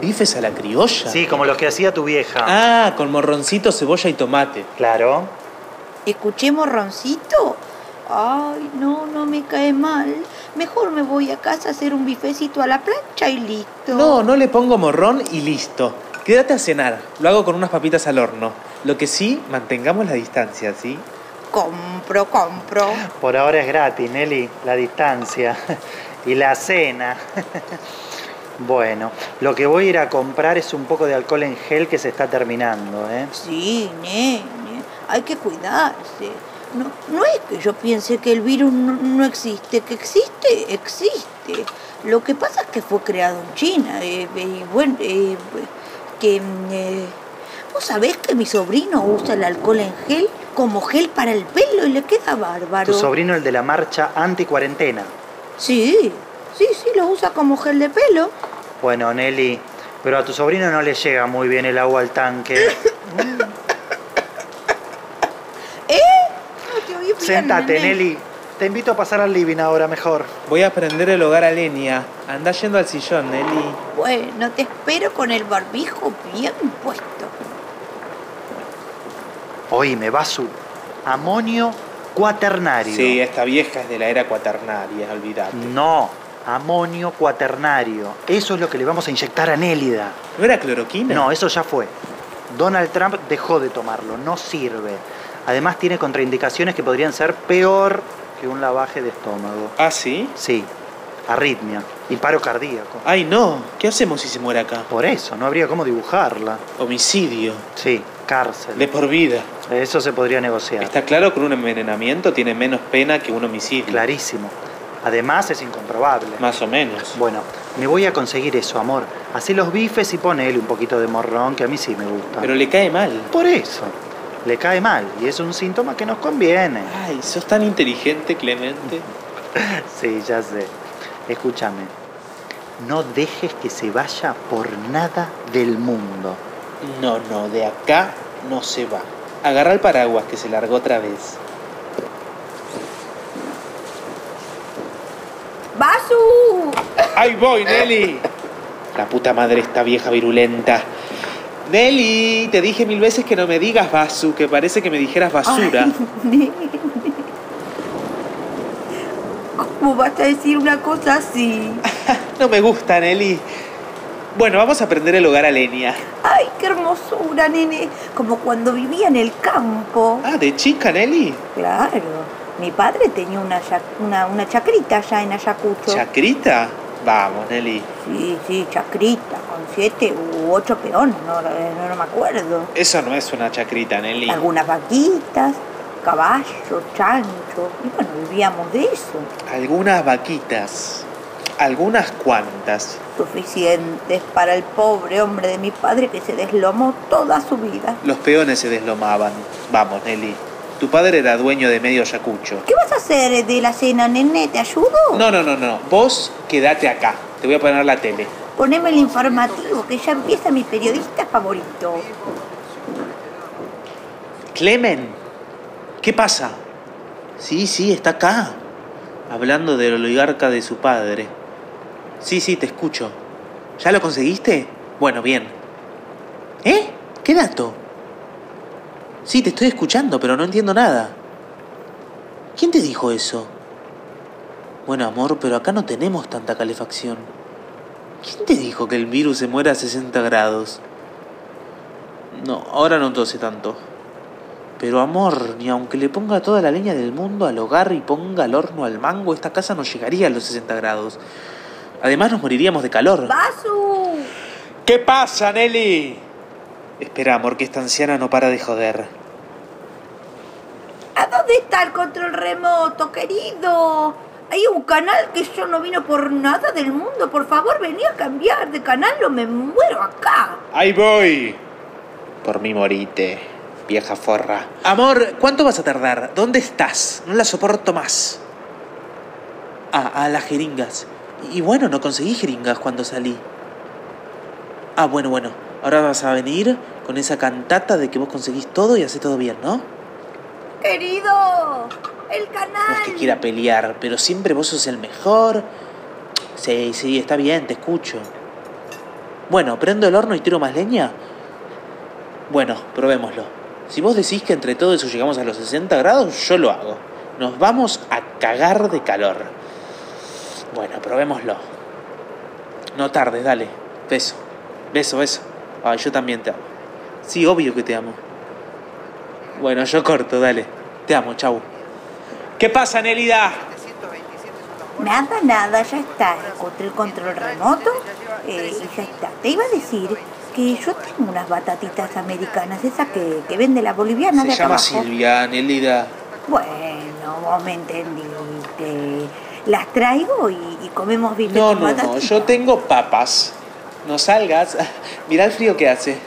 bifes a la criolla? Sí, como los que hacía tu vieja. Ah, con morroncito, cebolla y tomate. Claro. ¿Escuché morroncito? Ay, no, no me cae mal. Mejor me voy a casa a hacer un bifecito a la plancha y listo. No, no le pongo morrón y listo. Quédate a cenar. Lo hago con unas papitas al horno. Lo que sí, mantengamos la distancia, ¿sí? Compro, compro. Por ahora es gratis, Nelly, la distancia y la cena. Bueno, lo que voy a ir a comprar es un poco de alcohol en gel que se está terminando, ¿eh? Sí, nene, hay que cuidarse. No, no es que yo piense que el virus no, no existe, que existe, existe. Lo que pasa es que fue creado en China. eh, eh, y bueno, eh, que. eh, ¿Vos sabés que mi sobrino usa el alcohol en gel como gel para el pelo y le queda bárbaro? Tu sobrino, el de la marcha anti-cuarentena. Sí, sí, sí, lo usa como gel de pelo. Bueno, Nelly, pero a tu sobrino no le llega muy bien el agua al tanque. ¿Eh? No te oí bien, Séntate, nene. Nelly. Te invito a pasar al living ahora mejor. Voy a prender el hogar a leña. Andá yendo al sillón, Nelly. Bueno, te espero con el barbijo bien puesto. Oíme, Basu. Amonio cuaternario. Sí, esta vieja es de la era cuaternaria, olvidate. No, amonio cuaternario. Eso es lo que le vamos a inyectar a Nélida. ¿No era cloroquina? No, eso ya fue. Donald Trump dejó de tomarlo, no sirve. Además tiene contraindicaciones que podrían ser peor que un lavaje de estómago. ¿Ah, sí? Sí, arritmia y paro cardíaco. Ay, no. ¿Qué hacemos si se muere acá? Por eso, no habría cómo dibujarla. Homicidio. Sí, cárcel. De por vida. Eso se podría negociar. Está claro que un envenenamiento tiene menos pena que un homicidio. Clarísimo. Además es incomprobable. Más o menos. Bueno, me voy a conseguir eso, amor. Hacé los bifes y ponele un poquito de morrón, que a mí sí me gusta. Pero le cae mal. Por eso, le cae mal y es un síntoma que nos conviene. Ay, sos tan inteligente, Clemente. Sí, ya sé. Escúchame. No dejes que se vaya por nada del mundo. No, no, de acá no se va. Agarra el paraguas que se largó otra vez. ¡Basu! ¡Ahí voy, Nelly! La puta madre esta vieja virulenta. Nelly, te dije mil veces que no me digas basu, que parece que me dijeras basura. ¿Cómo vas a decir una cosa así? No me gusta, Nelly. Bueno, vamos a prender el hogar a leña. ¡Ay, qué hermosura, nene! Como cuando vivía en el campo. Ah, de chica, Nelly. Claro, mi padre tenía una, ya- una, una chacrita allá en Ayacucho. ¿Chacrita? Vamos, Nelly. sí, sí, chacrita, con siete u ocho peones, no, no, no me acuerdo. Eso no es una chacrita, Nelly. Algunas vaquitas, caballos, chancho. Y bueno, vivíamos de eso. Algunas vaquitas. Algunas cuantas. Suficientes para el pobre hombre de mi padre que se deslomó toda su vida. Los peones se deslomaban. Vamos, Nelly. Tu padre era dueño de medio yacucho. ¿Qué vas a hacer de la cena, nene? ¿Te ayudo? No, no, no, no. Vos quedate acá. Te voy a poner la tele. Poneme el informativo, que ya empieza mi periodista favorito. Clemen, ¿qué pasa? Sí, sí, está acá. Hablando del oligarca de su padre. Sí, sí, te escucho. ¿Ya lo conseguiste? Bueno, bien. ¿Eh? ¿Qué dato? Sí, te estoy escuchando, pero no entiendo nada. ¿Quién te dijo eso? Bueno, amor, pero acá no tenemos tanta calefacción. ¿Quién te dijo que el virus se muera a 60 grados? No, ahora no tose tanto. Pero amor, ni aunque le ponga toda la leña del mundo al hogar y ponga el horno al mango, esta casa no llegaría a los 60 grados. Además nos moriríamos de calor. ¡Basu! ¿Qué pasa, Nelly? Espera, amor, que esta anciana no para de joder. ¿A dónde está el control remoto, querido? Hay un canal que yo no vino por nada del mundo. Por favor, vení a cambiar de canal o me muero acá. ¡Ahí voy! Por mi morite, vieja forra. Amor, ¿cuánto vas a tardar? ¿Dónde estás? No la soporto más. Ah, a las jeringas. Y bueno, no conseguí jeringas cuando salí. Ah, bueno, bueno. Ahora vas a venir con esa cantata de que vos conseguís todo y hacés todo bien, ¿no? Querido, el No canal. es que quiera pelear, pero siempre vos sos el mejor. Sí, sí, está bien, te escucho. Bueno, ¿prendo el horno y tiro más leña? Bueno, probémoslo. Si vos decís que entre todo eso llegamos a los 60 grados, yo lo hago. Nos vamos a cagar de calor. Bueno, probémoslo. No tardes, dale. Beso. Beso, beso. Ay, yo también te amo. Sí, obvio que te amo. Bueno, yo corto, dale. Te amo, chau. ¿Qué pasa, Nelida? Nada, nada, ya está. Encontré el control remoto eh, y ya está. Te iba a decir que yo tengo unas batatitas americanas, esas que, que vende la boliviana Se de acá llama abajo. Silvia, Nelida. Bueno, vos me entendiste. Las traigo y, y comemos bife No, con no, no. batatitas. Yo tengo papas. No salgas. Mirá el frío que hace.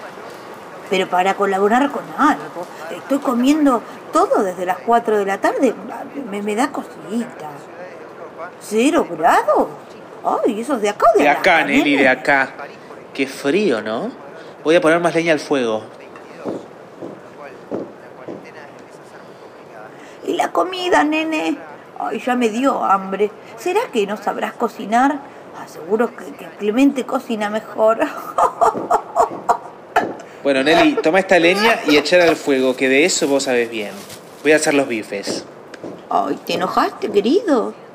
Pero para colaborar con algo. Estoy comiendo todo desde las 4 de la tarde. Me, me da cosita. ¿Cero grados? Ay, esos de acá o de, De Alaska, acá, Nelly, nene? de acá. Qué frío, ¿no? Voy a poner más leña al fuego. Y la comida, nene. Ay, ya me dio hambre. ¿Será que no sabrás cocinar? Ah, seguro que, que Clemente cocina mejor. Bueno, Nelly, toma esta leña y echar al fuego, que de eso vos sabés bien. Voy a hacer los bifes. Ay, ¿te enojaste, querido?